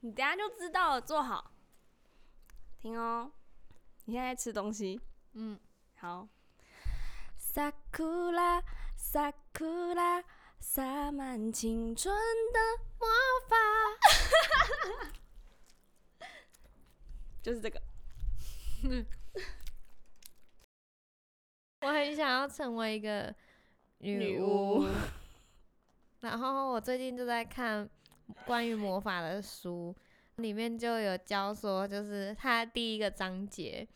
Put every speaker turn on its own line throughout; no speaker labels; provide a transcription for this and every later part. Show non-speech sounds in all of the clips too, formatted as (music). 你等下就知道了，坐好，听哦。你现在在吃东西，
嗯，
好。萨库拉，萨库拉，洒满青春的魔法，
(laughs)
就是这个。
我很想要成为一个
女
女
巫
巫。然后我最近就在看关于魔法的书，里面就有教说，就是它第一个章节，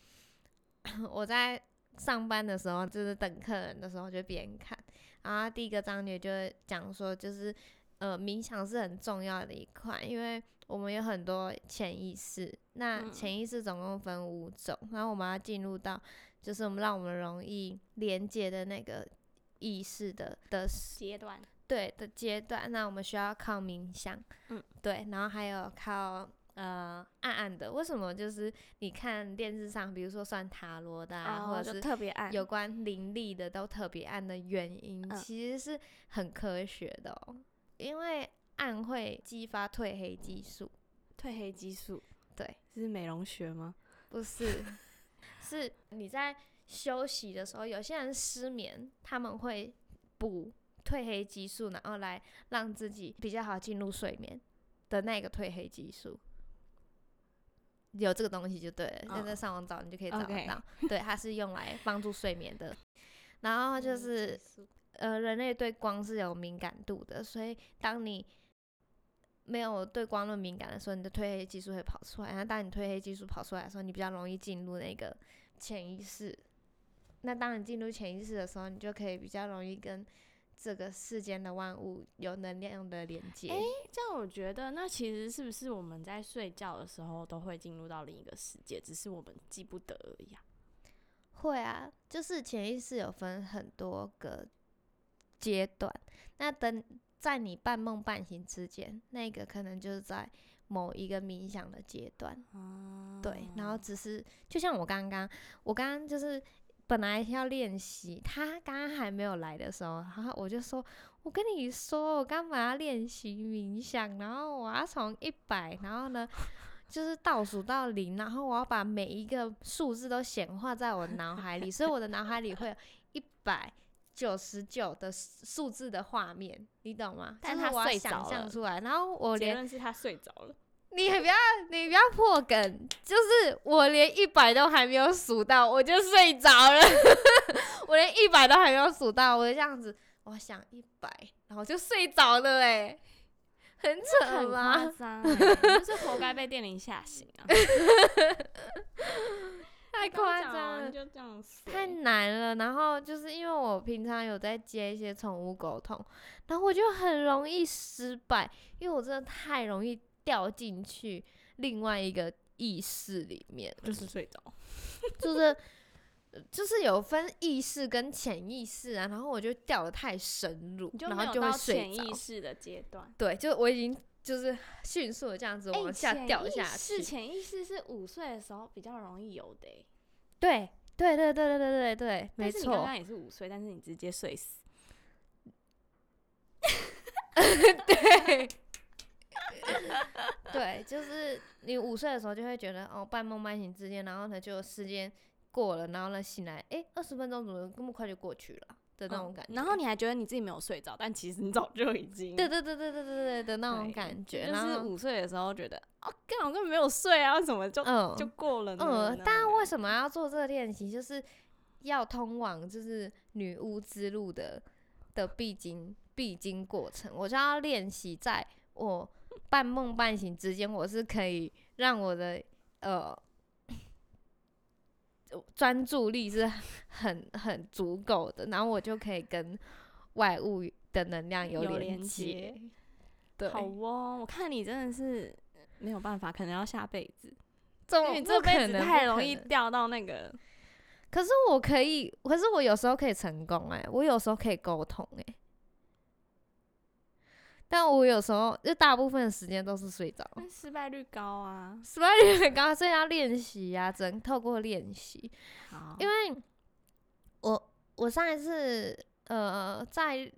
(coughs) 我在上班的时候，就是等客人的时候就边看，然后它第一个章节就会讲说，就是呃，冥想是很重要的一块，因为我们有很多潜意识，那
嗯
潜意识总共分五种，然后我们要进入到，就是我们让我们容易连接的那个意识的的
阶段，
对的阶段，那我们需要靠冥想，
嗯，
对，然后还有靠呃暗暗的。为什么就是你看电视上，比如说算塔罗的啊，
然后
或者
哦就是特别暗，
有关灵力的都特别暗的原因，
嗯
其实是很科学的哦，因为暗会激发褪黑激素，
褪黑激素，
对，
是美容学吗？
不是，是你在休息的时候，有些人失眠，他们会补褪黑激素，然后来让自己比较好进入睡眠的那个褪黑激素。有这个东西就对了，那、
嗯
在上网找你就可以找得
OK
到。对，它是用来帮助睡眠的。然后就
激
是
素
呃，人类对光是有敏感度的，所以当你没有对光那么敏感的时候，你的褪黑激素会跑出来。然后当你褪黑激素跑出来的时候，你比较容易进入那个潜意识。那当你进入潜意识的时候，你就可以比较容易跟这个世间的万物有能量的连接。
诶这样我觉得，那其实是不是我们在睡觉的时候都会进入到另一个世界，只是我们记不得而已啊？
会啊，就是潜意识有分很多个阶段。那等在你半梦半醒之间，那个可能就是在某一个冥想的阶段。
啊
对，然
哦
后只是就像我刚刚，我刚刚就是本来要练习，他刚刚还没有来的时候，然后我就说，我跟你说，我刚本来要练习冥想，然后我要从一百，然后呢。就是倒数到零，然后我要把每一个数字都显化在我的脑海里，所以我的脑海
(laughs)
里会有一百九十九的数字的画面，你懂吗？
但
就是
他
我要
睡
想
着
象
了
出来，然后我
结
连
论是他睡着了。
你不要，你不要破梗，就是我连一百都还没有数到，我就睡着了。 (laughs) 我连一百都还没有数到，我就这样子，我想一百，然后就睡着了、欸， (laughs) 很扯
很夸
吗？
张欸，就是活该被电铃吓醒啊！
(laughs) 太
刚
夸
讲
张
完
了。
就这样欸睡
太难了，然后就是因为我平常有在接一些宠物沟通，然后我就很容易失败，因为我真的太容易掉进去另外一个意识里面。
就是睡着，
就是呃就是有分意识跟潜意识啊，然后我就掉的太深入
你，就
然
没
后
有
就会
到
睡
潜
着
意。识的阶段。
对，就我已经就是迅速的这样子
哎
往下掉下
是
去。
潜意识是五岁的时候比较容易有的欸，
对对对对对对对对，
但
没
是你刚
错
刚，也是五岁，但是你直接睡死。
对对，就是你五岁的时候就会觉得哦，半梦半醒之间，然后呢就时间过了，然后呢醒来，哎，二十分钟怎么那么快就过去了的那种
嗯
感觉。
然后你还觉得你自己没有睡着，但其实你早就已经
对对对对对对对对的那种
对
感觉，
就
然
是
后
五岁的时候觉得啊，干我根本没有睡啊，怎么就
嗯
就过了呢？
嗯，
那种
但
感
为什么要做这个练习？就是要通往就是女巫之路的的必经必经过程。我就要练习，在我半梦半醒之间，我是可以让我的呃专注力是很很足够的，然后我就可以跟外物的能量
有
连
连
接
接。
对，
好哦，我看你真的是没有办法，可能要下辈子，
这
因为你这
哦不可
辈子
能不
太
可
容易
能嗯
掉到那个。
可是我可以，可是我有时候可以成功哎、我有时候可以沟通哎、但我有时候就大部分的时间都是睡着，
但嗯失败率高啊，
失败率很高，所以要练习呀、只能透过练习。
好
因为我我上一次呃在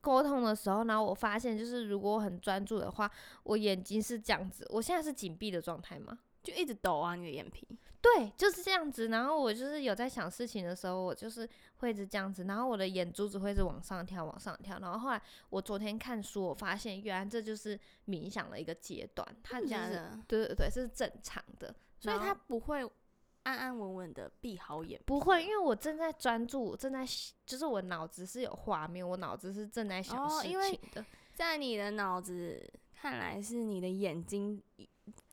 沟通的时候，然后我发现，就是如果我很专注的话，我眼睛是这样子。我现在是紧闭的状态吗？
就一直抖啊你的眼皮，
对，就是这样子。然后我就是有在想事情的时候，我就是会一直这样子，然后我的眼珠子会是往上跳，往上跳。然后后来我昨天看书，我发现原来这就是冥想的一个阶段，它就
假
是
嗯的，
对对对，这是正常的。
所以
然
他
后
不会安安稳稳的闭好眼皮，
不会，因为我正在专注，我正在想就是我脑子是有画面，我脑子是正在想
哦
事
因为
情的。
在你的脑子看来是你的眼睛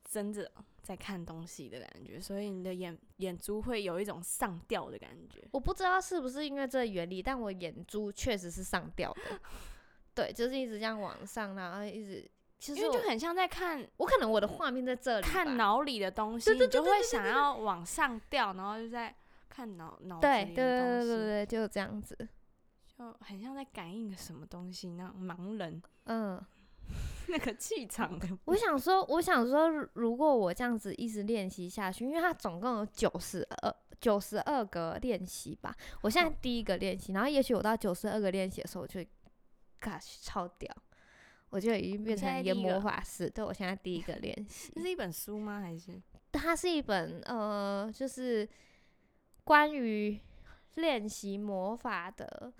睁着在看东西的感觉，所以你的眼眼珠会有一种上吊的感觉。
我不知道是不是因为这个原理，但我眼珠确实是上吊的。
(laughs)
对，就是一直这样往上，然后一直，其
因
实
为
我
就很像在看
我可能我的画面在这里吧，
看脑里的东西，
对对
你
对
就
对
会
对
想要往上吊，然后就在看脑脑子
对
里
对
的
对
东
对对
西，
对，就是这样子。
就很像在感应什么东西那样盲人 (laughs)
嗯，
那个气场的。
我想说，我想说，如果我这样子一直练习下去，因为它总共有九十二九十二个练习吧，我现在第一个练习，然后也许我到九十二个练习的时候，我就，gosh，超屌，我就已经变
现
成
在
一个
第一个
魔法师。对，我现在第一个练习
这，是一本书吗？还是
它是一本呃，就是关于练习魔法的，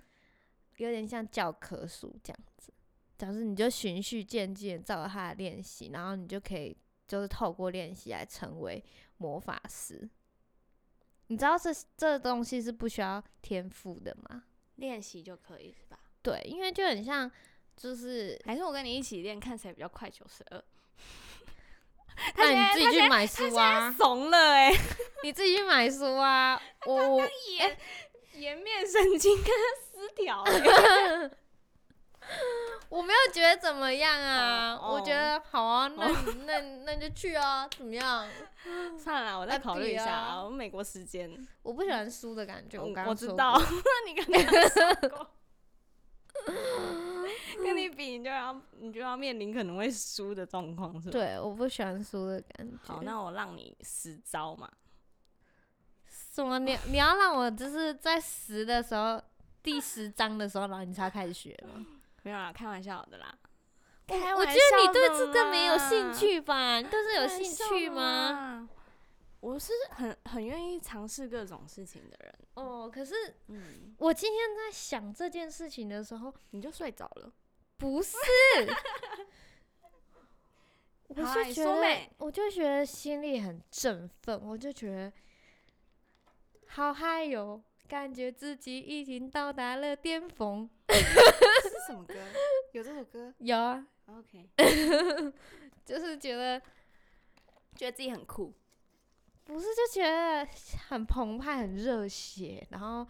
有点像教科书这样子。假设你就循序渐进，照着它的练习，然后你就可以就是透过练习来成为魔法师。你知道这这东西是不需要天赋的吗？
练习就可以是吧？
对，因为就很像，就是
还是我跟你一起练，看谁比较快九十二？ (laughs) 他
那
现在
你自己去买
(laughs)
书啊，
怂了哎、
你自己去买书啊。我我
眼颜面神经跟他失调、欸。 (laughs)
我没有觉得怎么样啊，
哦哦
我觉得好啊，那你那那你就去啊，怎么样？
算了，我再考虑一下
啊对
啊，
啊
我美国时间。
我不喜欢输的感觉，
我
刚
嗯我
刚
知
说
道， (laughs)
过
那你刚刚说过， (laughs) 跟你比，你就要你就要面临可能会输的状况，是吧？。
对，我不喜欢输的感觉。
好，那我让你十招嘛。
什么？你你要让我就是在十的时候，第十章的时候，然后你才开始学吗？
没有啦，开玩笑的啦。
我
开
我
玩
觉
笑
得你
的
对这个没有兴
嘛
趣吧？你对这有
开玩
兴
笑啊
趣
的
吗？
啦？我是很很愿意尝试各种事情的人。
哦，可是
嗯，
我今天在想这件事情的时候，
你就睡着了。
不
(laughs)
是，我
好啊
是
你
觉
说
得
呗，
我就觉得心里很振奋，我就觉得好嗨哟，感觉自己已经到达了巅峰。
这 (laughs) 是什么歌？有这首歌
有啊，
？OK，
(laughs) 就是觉得
觉得自己很酷。
不是，就觉得很澎湃、很热血，然后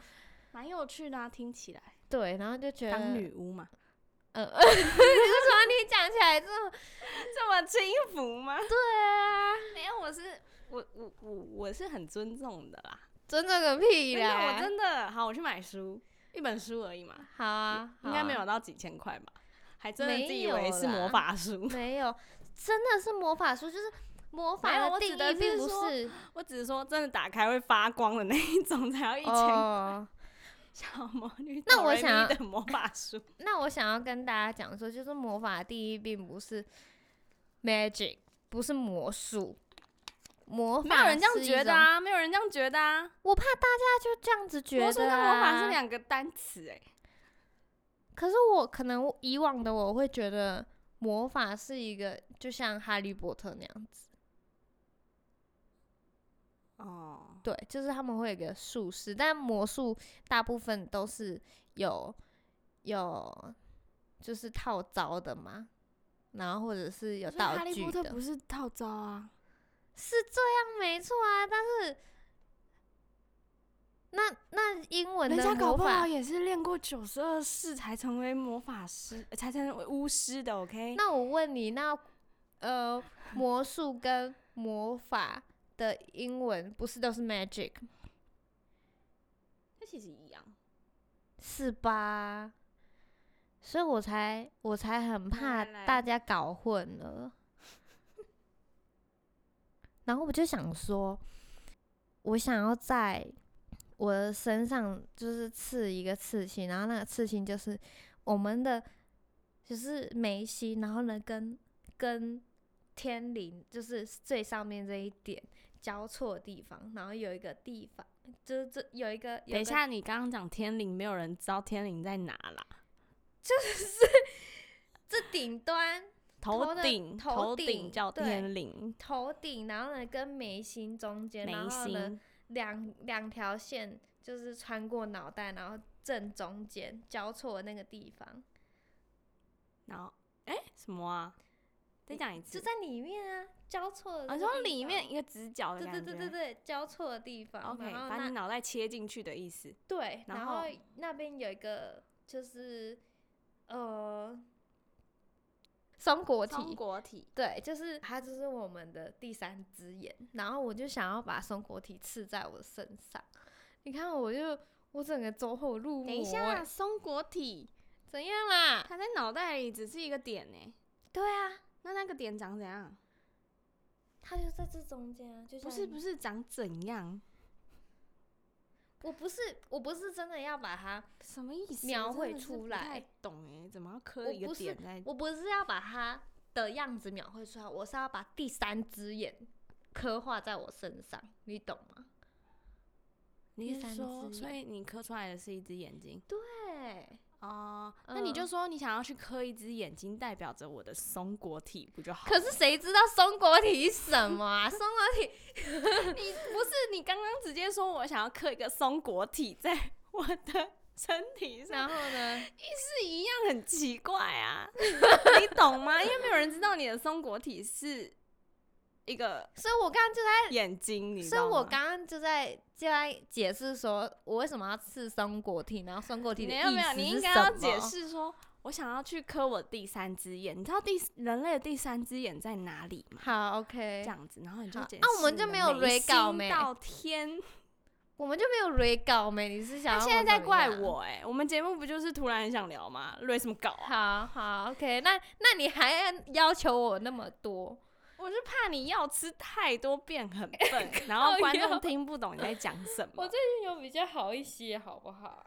蛮有趣的啊，听起来
对，然后就觉得
当女巫嘛，
(laughs) 嗯，为什么你讲起来这么
这么轻浮吗？
对啊？
没有，我是我我我我是很尊重的啦，
尊重个屁
真的
啦！
我真的好，我去买书，一本书而已嘛，
好啊，
应该
好啊
没有到几千块吧，还真的
没
自以为
有
是魔
啦
法书，
没有，真的是魔法书，就是魔
没有
法
我
的
指
定
的
义并
是
不
说
是
(laughs) 我只是说真的打开会发光的那一种才要一千。
哦。
小魔女
(laughs) 那
哆
我
瑞咪
想要
的魔法
(laughs)
书，
那我想要跟大家讲说，就是魔法的定义并不是 magic，不是魔术。魔法
没有人这样
是一
觉得
种，
啊，没有人这样觉得啊，
我怕大家就这样子觉得、啊。
魔术跟魔法是两个单词哎、
可是我可能我以往的我会觉得魔法是一个，就像哈利波特那样子，
哦，
对，就是他们会有一个术士，但魔术大部分都是有有就是套招的嘛，然后或者是有
所以
道
哈利
具
波特
的，
不是套招啊，
是这样没错啊。但是那那英文
人家
的
搞
魔
不好
法，
也是练过九十二式才成为魔法师，呃才成为巫师的。OK，
那我问你，那呃魔术跟魔法的英文不是都是 magic
这其实一样。
是吧？所以我才我才很怕
来来
大家搞混了。然后我就想说，我想要在我的身上就是刺一个刺青，然后那个刺青就是我们的就是眉心，然后呢跟跟天灵就是最上面这一点交错的地方，然后有一个地方就是这有一个，有
等一
个
下，你刚刚讲天灵，没有人知道天灵在哪啦？
这顶端头
头
的
顶，
头
头
顶
叫
对
天灵，
头顶，然后呢跟眉心中间，
眉
然后呢
心。
两两条线就是穿过脑袋，然后正中间交错的那个地方，
然后，哎、什么啊？再讲一次。
就在里面啊，交错的
啊，
那
你
个地方。哦
说里面一个直角的
对
感
对
觉。
对对对，交错的地方。
OK，
然后
把你
那
脑袋切进去的意思。
对，
然
然
后
后那边有一个就是呃松果体，
松果体。
对，就是它就是我们的第三只眼，然后我就想要把松果体刺在我身上。你看，我就我整个走火入魔、欸
等一下，，松果体，
怎样啦？
它在脑袋里只是一个点欸呢、
对啊，
那那个点长怎样？
它就在这中间啊，就
不是不
是，
是长怎样？
我不是我不是真的要把它，
什么意思？
描
我真
绘
的是
出
不
来
太懂哎、怎么要刻
我
一个
不是
点在？
我不是要把它的样子描绘出来，我是要把第三只眼刻画在我身上，你懂吗？
你
第
是
三
说，
只
所以你刻出来的是一只眼睛
对，
哦、那你就
嗯
说你想要去刻一只眼睛，代表着我的松果体不就好？
可是谁知道松果体是什么啊？松 (laughs) 果体
你不是你刚刚直接说我想要刻一个松果体在我的身体上，
然后呢？
(laughs) 是一样很奇怪啊， (laughs) 你懂吗？因为没有人知道你的松果体是一个
所以我刚刚就在，
眼睛，你知
所以
道吗？
我刚刚就在就在解释说我为什么要吃松果体，然后松果体的
你
意
有没有？
思
你
是
应该
什
要
么
解释说，我想要去磕我第三只眼。你知道第人类的第三只眼在哪里吗？
(laughs) 好
这
，OK，
样子，然后你就
好
解释
啊我们
你
就
的
没有
眉
re 稿
心
没
到
(laughs)
天，
我们就没有 re 稿没？你是想
他
要
现在
我
在
怎么
怪
样？
我哎、我们节目不就是突然很想聊吗？瑞什么搞啊？
好好，OK，那那你还要要求我那么多？
我是怕你要吃太多变很笨，然后
哎靠
观
腰
众听不懂你在讲什
(laughs)
么。
近有比较好一些，好不好？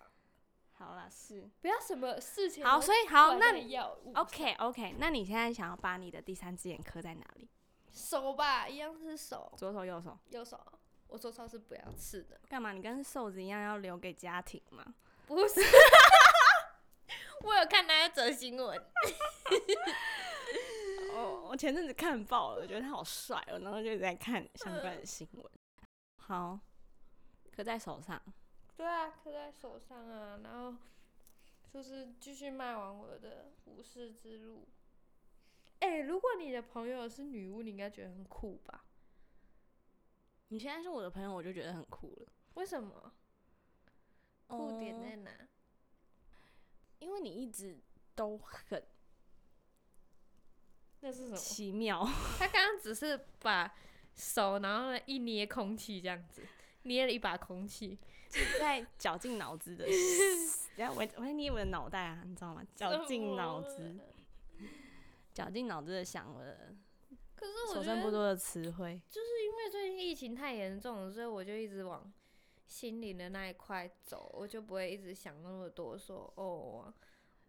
好啦，是
不要什么事情
好，所以好，那你
要
OK OK，那你现在想要把你的第三只眼磕在哪里？
手吧，一样是手，
左手右手？
右手，我手超是不要吃的。
干嘛？你跟瘦子一样要留给家庭吗？
不是， (laughs) 我有看他一则新闻，
哦，我前阵子看爆了，我觉得他好帅哦，然后就一直在看相关的新闻。好，刻在手上，
对啊，刻在手上啊，然后就是继续迈完我的武士之路。哎、如果你的朋友是女巫，你应该觉得很酷吧？
你现在是我的朋友，我就觉得很酷了。
为什么？酷点
呢？
在哪？
因为你一直都很
那是什
(laughs)
么？
奇妙，
他刚刚只是把手，然后呢一捏空气这样子，捏了一把空气，
在绞尽脑汁 (laughs) 的。然后我我在捏我的脑袋啊，你知道吗？绞尽脑汁，。绞尽脑汁的想我的
可是
所
我觉
剩不
得，
多的词汇。
就是因为最近疫情太严重了，所以我就一直往心灵的那一块走，我就不会一直想那么多说哦。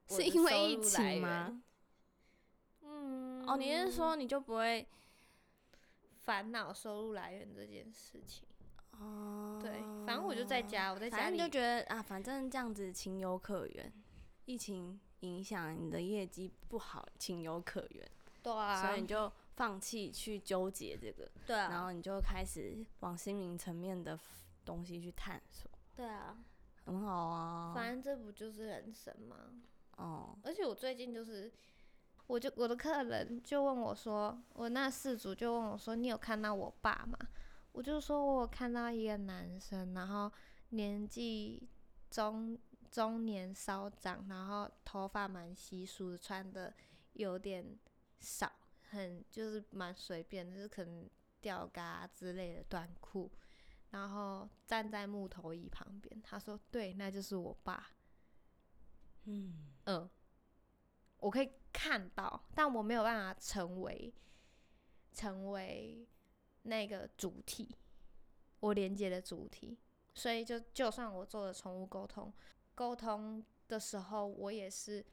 我
是
的
因为
收
疫
入来
情
源？
吗？
嗯，
哦，你是说你就不会？
烦恼收入来源这件事情？
哦，
对，反正我就在家，我在
反
家
正
里
你就觉得啊，反正这样子情有可原，疫情影响你的业绩不好，情有可原，
对啊，
所以你就放弃去纠结这个，
对
然
啊，
后你就开始往心灵层面的东西去探索，
对啊，
很好啊。
反正这不就是人生吗？
哦，
而且我最近就是，我就我的客人就问我说，我那事主就问我说，你有看到我爸吗？我就说我有看到一个男生，然后年纪中中年稍长，然后头发蛮稀疏的，穿的有点少，很就是蛮随便，就是可能吊嘎之类的短裤。然后站在木头椅旁边，他说：“对，那就是我爸。”
嗯，
嗯，我可以看到，但我没有办法成为成为那个主体，我连接的主体。所以就就算我做了宠物沟通，沟通的时候，我也是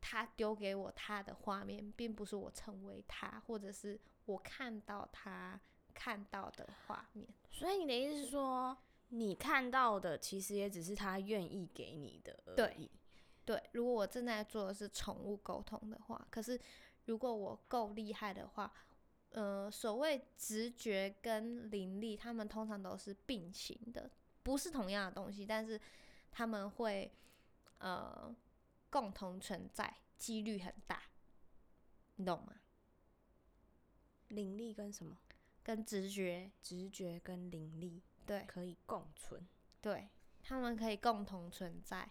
他丢给我他的画面，并不是我成为他，或者是我看到他看到的画面。
所以你的意思是说，你看到的其实也只是他愿意给你的而
对
已。
对，如果我正在做的是宠物沟通的话，可是如果我够厉害的话，呃，所谓直觉跟灵力，他们通常都是并行的，不是同样的东西，但是他们会呃共同存在，几率很大，你懂吗？
灵力跟什么？
跟直觉，
直觉跟灵力
对
可以共存。
对，他们可以共同存在，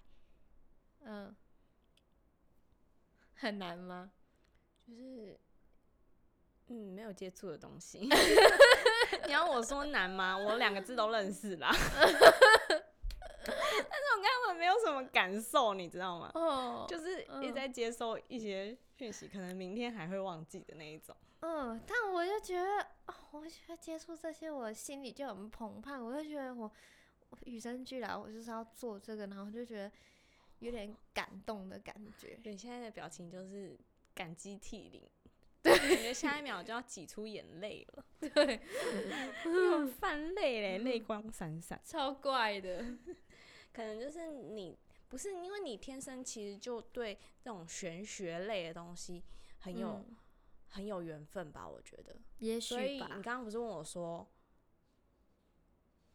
嗯、 (laughs) 很难吗？
就是，嗯，没有接触的东 (laughs) 西。你要我说难吗？我两个字都认识啦，但是我根本没有什么感受，你知道吗？
哦
就是一直
嗯
在接收一些讯息，可能明天还会忘记的那一种。
嗯，但我就觉得，哦，我觉得接触这些，我心里就很澎湃，我就觉得我我与生俱来，我就是要做这个，然后就觉得有点感动的感觉。 (laughs)
你现在的表情就是感激涕零， (laughs) 对，感觉下一秒就要挤出眼泪了， (laughs)
对，
泛泪嘞，泪光闪闪。
超怪的。
可能就是你不是因为你天生其实就对这种玄学类的东西很有、
嗯，
很有缘分吧？我觉得，
也
所以
许
你
吧
刚。刚不是问我说，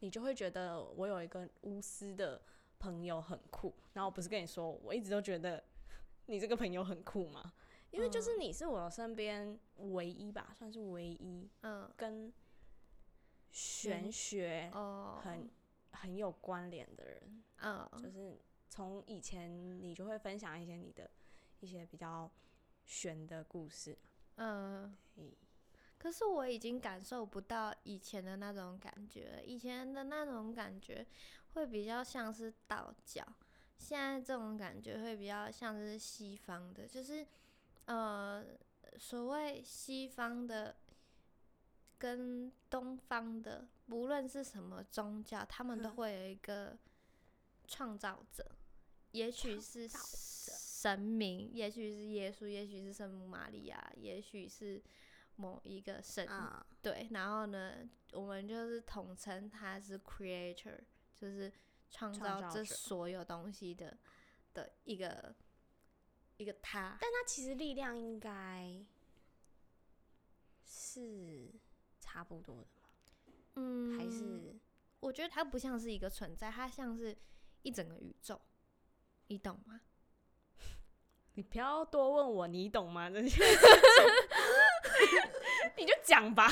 你就会觉得我有一个巫师的朋友很酷，然后我不是跟你说我一直都觉得 (laughs) 你这个朋友很酷吗？因为
嗯
就是你是我身边唯一吧，算是唯一
嗯，
跟玄
玄
学
嗯哦，
很很有关联的人。就
嗯，
是从以前你就会分享一些你的一些比较玄的故事，
嗯。
诶
可是我已经感受不到以前的那种感觉了，以前的那种感觉会比较像是道教，现在这种感觉会比较像是西方的，就是呃，所谓西方的跟东方的，无论是什么宗教，他们都
嗯
会有一个创造者，也许是
造者
神明，也许是耶稣，也许是圣母玛利亚，也许是某一个神
啊，
对，然后呢，我们就是统称它是 creator，就是创
创
造
造
这
者
所有东西的的一个一个他。
但它其实力量应该是差不多的嘛，
嗯，
还是
我觉得它不像是一个存在，它像是一整个宇宙，你懂吗？ (laughs)
你不要多问我，你懂吗？这 (laughs) 件事情你就讲吧，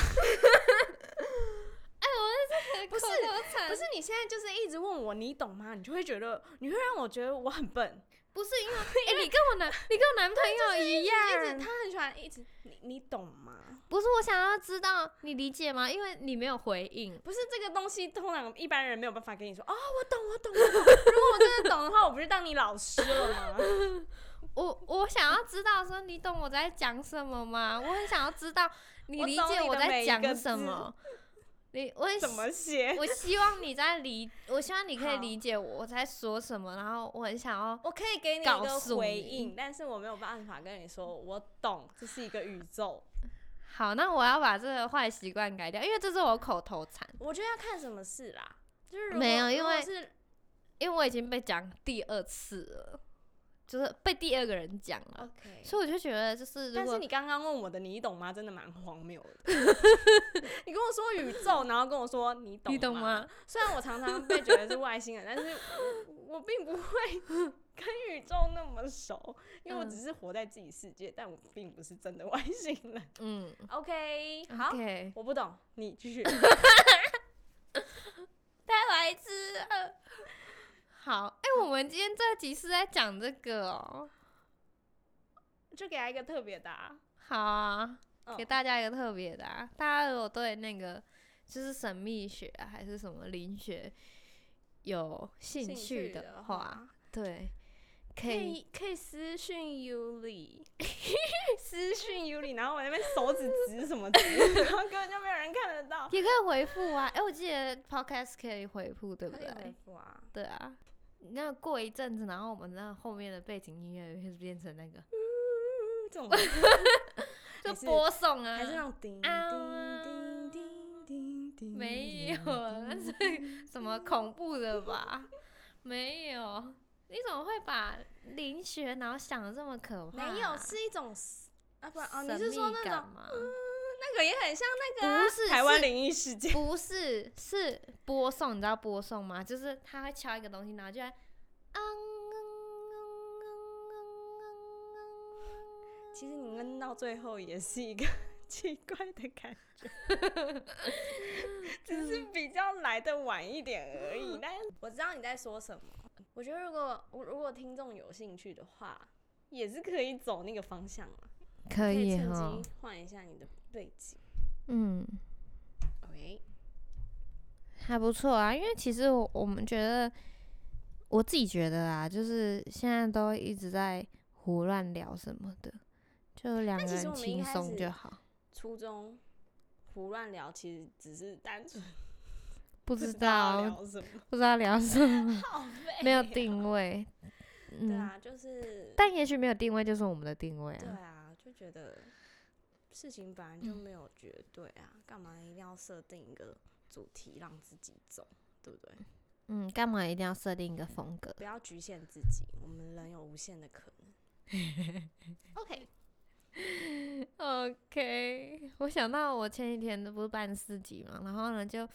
不是不
不
是你现在就是一直问我你懂吗？你就会觉得你会让我觉得我很笨，
不是因 (laughs) 为哎、你跟我男你跟我男朋友
一
一样，
直他很喜欢一直你你懂吗？
不是我想要知道你理解吗？因为你没有回应。
不是这个东西，通常一般人没有办法跟你说哦，我懂，我懂，我懂。如果我真的懂的话，我不是当你老师了
(laughs)
吗？
我我想要知道说你懂我在讲什么吗？我很想要知道你
我
理
懂
解
你的
在
每一
讲
个字
什么。你我很
怎么写？
我希望你在理，我希望你可以
好
理解我我在说什么，然后我很想要
我可以给你一
告
个
诉
回
你
应，但是我没有办法跟你说我懂，这是一个宇宙。
好，那我要把这个坏习惯改掉，因为这是我口头禅，
我觉得要看什么事啦，就是如果
没有
如
因
果
为
是
因为我已经被讲第二次了，就是被第二个人讲了，
OK。
所以我就觉得就是如
但是
果
你刚刚问我的，你懂吗？真的蛮荒谬
(laughs)
的。你跟我说宇宙，然后跟我说你懂
你懂吗？
虽然我常常被觉得是外星人，但是我我并不会跟宇宙那么熟，因为我
嗯
只是活在自己世界，但我并不是真的外星人。
嗯
OK，好
(laughs) ，OK，
我不懂，你继续。 (laughs)
太白痴 (laughs) 了。好，哎、我们今天这集是在讲这个哦。
就给他一个特别答、啊。
好啊，
嗯
给大家一个特别的、啊，大家如果对那个就是神秘学、啊、还是什么灵学有兴趣的话，， (laughs) 对，可
可
以
以可以私讯
(laughs)
Yuli，私讯 Yuli，然后我那边手指指什么指，然后根本就没有人看得到。
也可以回复啊。哎、我记得 podcast (laughs) 可以回复，对不
可以回
(laughs) 对？
复啊，
对啊，那过一阵子，然后我们那后面的背景音乐会变成那个，
这种还
(laughs) 就
还是
播送啊，
是那种叮
啊
叮叮叮叮
嗯
叮，
没有啊
叮
那
叮
是什么恐怖的吧？ (laughs) 没有，你怎么会把灵学然后想的这么可怕、
没有，是一种 s- 啊不然哦，你
神
是说
秘
那
感
种
吗？
那个也很像那个啊、
不是
台湾
是
灵异事件，
不是，是播送，你知道播送吗？就是他会敲一个东西，然后就在。
(laughs) 其实你闷到最后也是一个 (laughs) 奇怪的感觉，只是比较来的晚一点而
(laughs)
已。但我知道你在说什么。我觉得如果如果听众有兴趣的话，也是可以走那个方向啊，
可
以
以
趁
哈
机，换一下你的背景。
嗯，
OK，
还不错啊。因为其实我我们觉得，我自己觉得啊，就是现在都一直在胡乱聊什么的，就两
但
个
其实
人
我们一
轻
开
松
始
就好。
初中胡乱聊，其实只是单纯不
不知
道要
道，
聊什么，
不知道聊什么，
(laughs) 好累
没有
哦
定位。
对
嗯，
啊，就是
但也许没有定位就是我们的定位
对
啊。
啊，就觉得事情本来
嗯
就没有绝对啊，干嘛一定要设定一个主题让自己走，对不对？
嗯，干嘛一定要设定一个风格？
不要局限自己，我们人有无限的可能。
OK。OK，我想到我前几天不是办市集嘛，然后呢就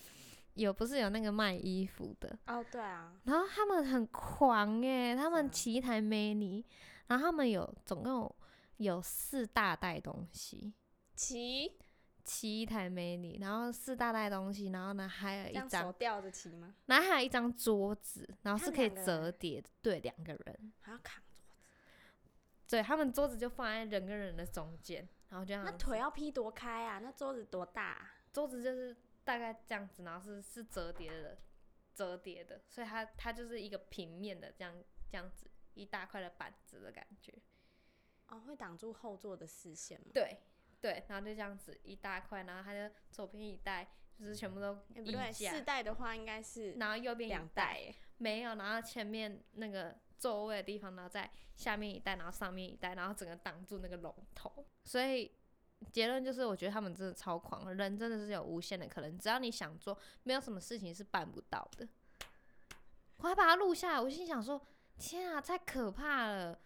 有不是有那个卖衣服的，
哦，对啊，
然后他们很狂耶，他
是啊
们骑一台 mini，然后他们有总共有有四大袋东西，
骑，
骑一台 mini，然后四大袋东西，然后呢还有
这
一
样
张
手，吊着骑吗？
然后还有一张桌子，然后
他
是
们
可以
两个
折
人
叠的，对，两个人，
还要扛着，
对他们桌子就放在人跟人的中间，然后就这样
那
子
腿要劈多开啊？那桌子多大啊、
桌子就是大概这样子，然后是是折叠的，折叠的，所以它它就是一个平面的这样这样子一大块的板子的感觉。
哦，会挡住后座的视线吗？
对对，然后就这样子一大块，然后它就左边一袋，就是全部都
哎，不
衣
对，
架，
四代的话应该是
然后右边
两
一
代耶，
没有，然后前面那个座位的地方，然后在下面一袋，然后上面一袋，然后整个挡住那个龙头。所以结论就是，我觉得他们真的超狂了，人真的是有无限的可能，只要你想做，没有什么事情是办不到的。我还把它录下来，我心想说：天啊，太可怕了！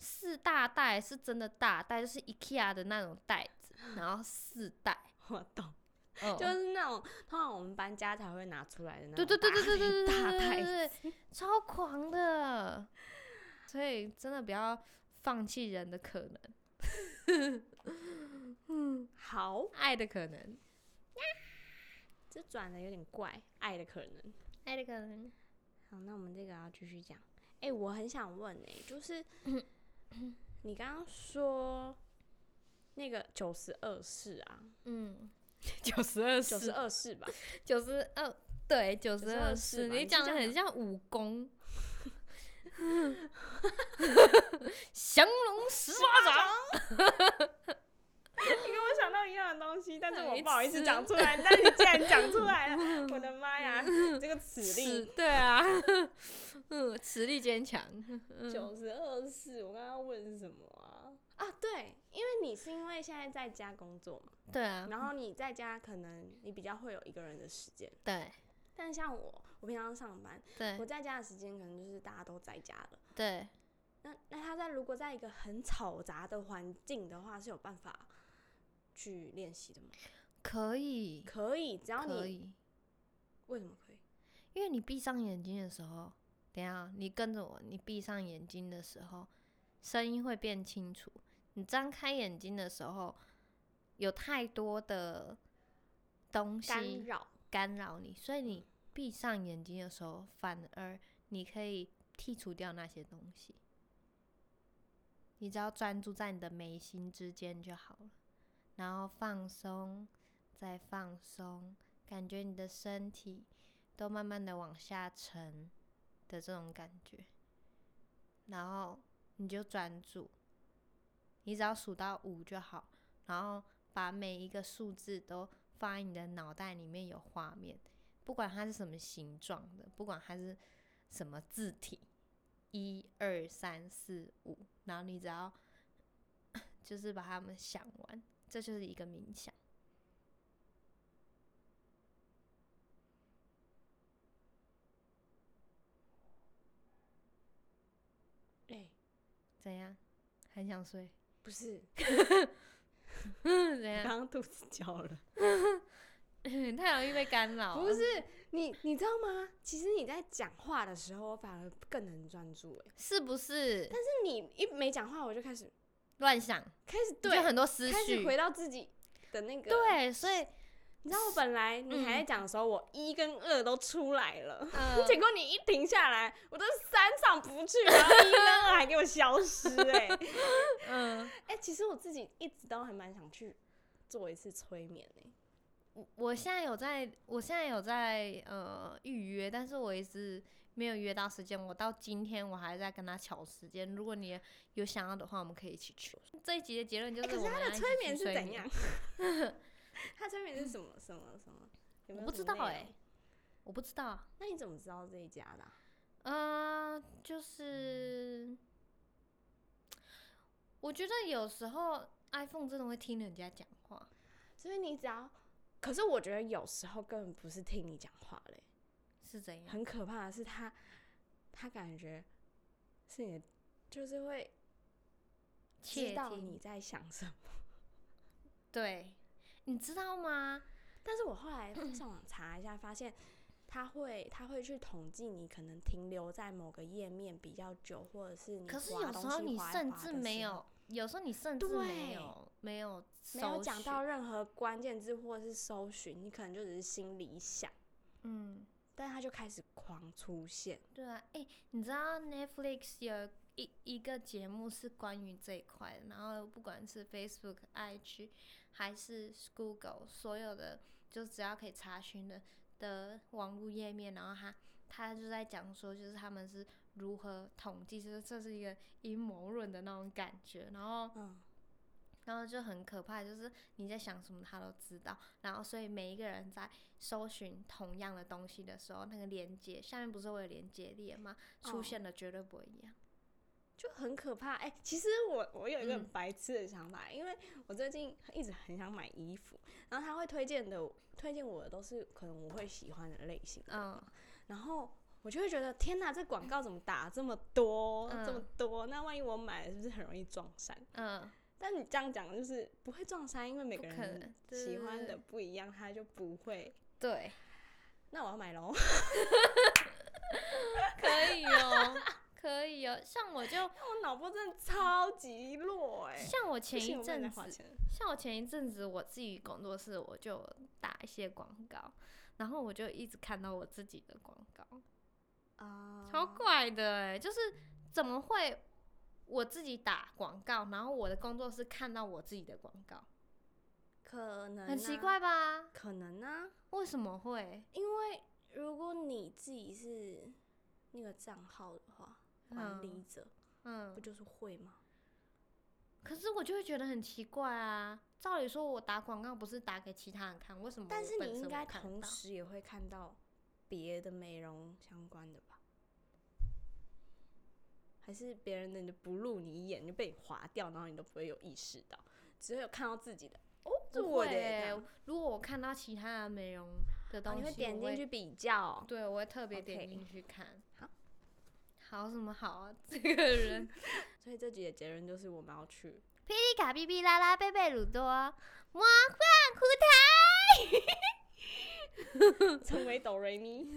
四大袋是真的大袋，就是 IKEA 的那种袋子，然后四袋，
我懂。
嗯
就是那种通常我们搬家才会拿出来的那
对
种
对对对对对对对
大
对
袋
对对对，超狂的，所以真的不要放弃人的可能，
好，
爱的可能，
这转的有点怪，爱的可能。
爱的可能。
好，那我们这个要继续讲。哎、我很想问哎、
(laughs)
就是你刚刚说那个九十二式啊，
嗯， (laughs) 九十二
九十
式，
二式吧？
九十二，对，九十
92
二
式
式，
嘛
你
你是
讲
这
的
样
很
吗
像武 (laughs) 功。降龙十八掌，
(laughs) 你跟我想到一样的东西，但是我
白
不好意思
痴
讲出来，但你竟然讲出来了，
(laughs)
我的妈呀！这个齿
齿
力
对 (laughs) 啊，嗯，实力坚强，
九十二式，我刚刚问什么啊？嗯啊，对，因为你是因为现在在家工作嘛。
对啊，
然后你在家可能你比较会有一个人的时间，
对
但像我，我平常上班，我
对
在家的时间可能就是大家都在家了。
对，
那那他在如果在一个很嘈杂的环境的话，是有办法去练习的吗？
可以，
可以，只要
可
你
以，
为什么可以？
因为你闭上眼睛的时候，等一下啊你跟着我，你闭上眼睛的时候，声音会变清楚。你张开眼睛的时候，有太多的东
干
西
扰
干扰你，所以你闭上眼睛的时候，反而你可以剔除掉那些东西。你只要专注在你的眉心之间就好了，然后放松，再放松，感觉你的身体都慢慢的往下沉的这种感觉，然后你就专注，你只要数到五就好，然后把每一个数字都放在你的脑袋里面有画面，不管它是什么形状的，不管它是什么字体，一二三四五，然后你只要 (coughs) 就是把它们想完，这就是一个冥想。
哎、
怎样？很想睡？ (laughs)
不是，
怎
刚
样？ (laughs)
刚肚子叫了。
太容易被干扰了。
不是你，你知道吗？其实你在讲话的时候，我反而更能专注、欸。哎，
(laughs) 是不是
但是你一没讲话，我就开始
乱想？
开始
就
对，
很多思
开始
绪。
回到自己的那个。，
对，
(laughs)
所以
你知道我本来你还在讲的时候，我一跟二都出来了。(laughs)
呃，
结果你一停下来，我都三上不去，然后一跟二还给我消失、
(laughs)
欸，哎
嗯，
哎、其实我自己一直都还蛮想去做一次催眠哎、
嗯我我现在有在，我现在有在呃预约，但是我一直没有约到时间。我到今天我还在跟他抢时间。如果你有想要的话，我们可以一起去。这一集的结论就
欸
是
可
我
是
们
他
要一
的
起去
催眠是
睡
怎样？？
(laughs)
他催眠是什么什么什么？有没有
我不
什
知
么
道
内
哎、
容
我不知道。
那你怎么知道这一家的啊、
嗯，就是我觉得有时候 iPhone 真的会听人家讲话，
所以你只要，可是我觉得有时候根本不是听你讲话嘞，
是怎样？
很可怕的是他，他感觉是你的，就是会
窃
知道
听
你在想什么。
对，你知道吗？
但是我后来上网查一下，发现他会他会去统计你可能停留在某个页面比较久，或者是你
可是
滑
有时
东
候
西
你
滑一
甚
滑
至
的
没
时候
有，有时候你甚至没
对
有没有
没有
搜
讲
寻
到，任何关键字或者是搜寻，你可能就只是心里想，
嗯，
但他就开始狂出现。
对啊，哎、你知道 Netflix 有一一个节目是关于这一块的，然后不管是 Facebook、IG 还是 Google，所有的就只要可以查询的的网络页面，然后他他就在讲说，就是他们是如何统计，就是这是一个阴谋论的那种感觉，然后
嗯，
然后就很可怕，就是你在想什么他都知道。然后所以每一个人在搜寻同样的东西的时候，那个连接下面不是会有连接列吗？出
哦
现的绝对不一样。
就很可怕。哎、其实我我有一个很
嗯
白痴的想法，因为我最近一直很想买衣服，然后他会推荐的推荐我的都是可能我会喜欢的类型，
嗯，
然后。我就会觉得天哪，这广告怎么打这么多、这么
嗯
多？那万一我买了，是不是很容易撞衫？
嗯，
但你这样讲就是不会撞衫，因为每
不
个
可能
人
对
喜
对
欢
对
的不一样，他就不会。
对，
那我要买喽。
可以哦， (laughs) 可以哦。像我就
(laughs) 我脑波真的超级弱哎、
像我前
不行
一
我不能再
阵
花
子，
钱了
像我前一阵子我自己工作室我就有打一些广告，然后我就一直看到我自己的广告。
啊
超怪的哎、就是怎么会我自己打广告，然后我的工作室看到我自己的广告，
可能、啊
很奇，怪吧？
可能啊，
为什么会？
因为如果你自己是那个账号的话，管理
嗯
者、不
嗯，
就是会吗？
可是我就会觉得很奇怪啊。照理说，我打广告不是打给其他人看，为什么我
但
本
是
身
你
我看不到？
应该同时也会看到别的美容相关的吧？还是别人的你就不入你眼，就被你划掉，然后你都不会有意识到，只会有看到自己的。哦，这
不
我
会
的耶、
欸
这样
如果我看到其他的美容的
哦
东西，
你会点
我
进去比较。
对，我会特别点
OK
进去看。
好，
好什么好啊？ (laughs) 这个人
(laughs) 所以这集的结论就是我们要去。
皮卡哔哔啦啦贝贝鲁多魔幻苦
成为哆瑞咪。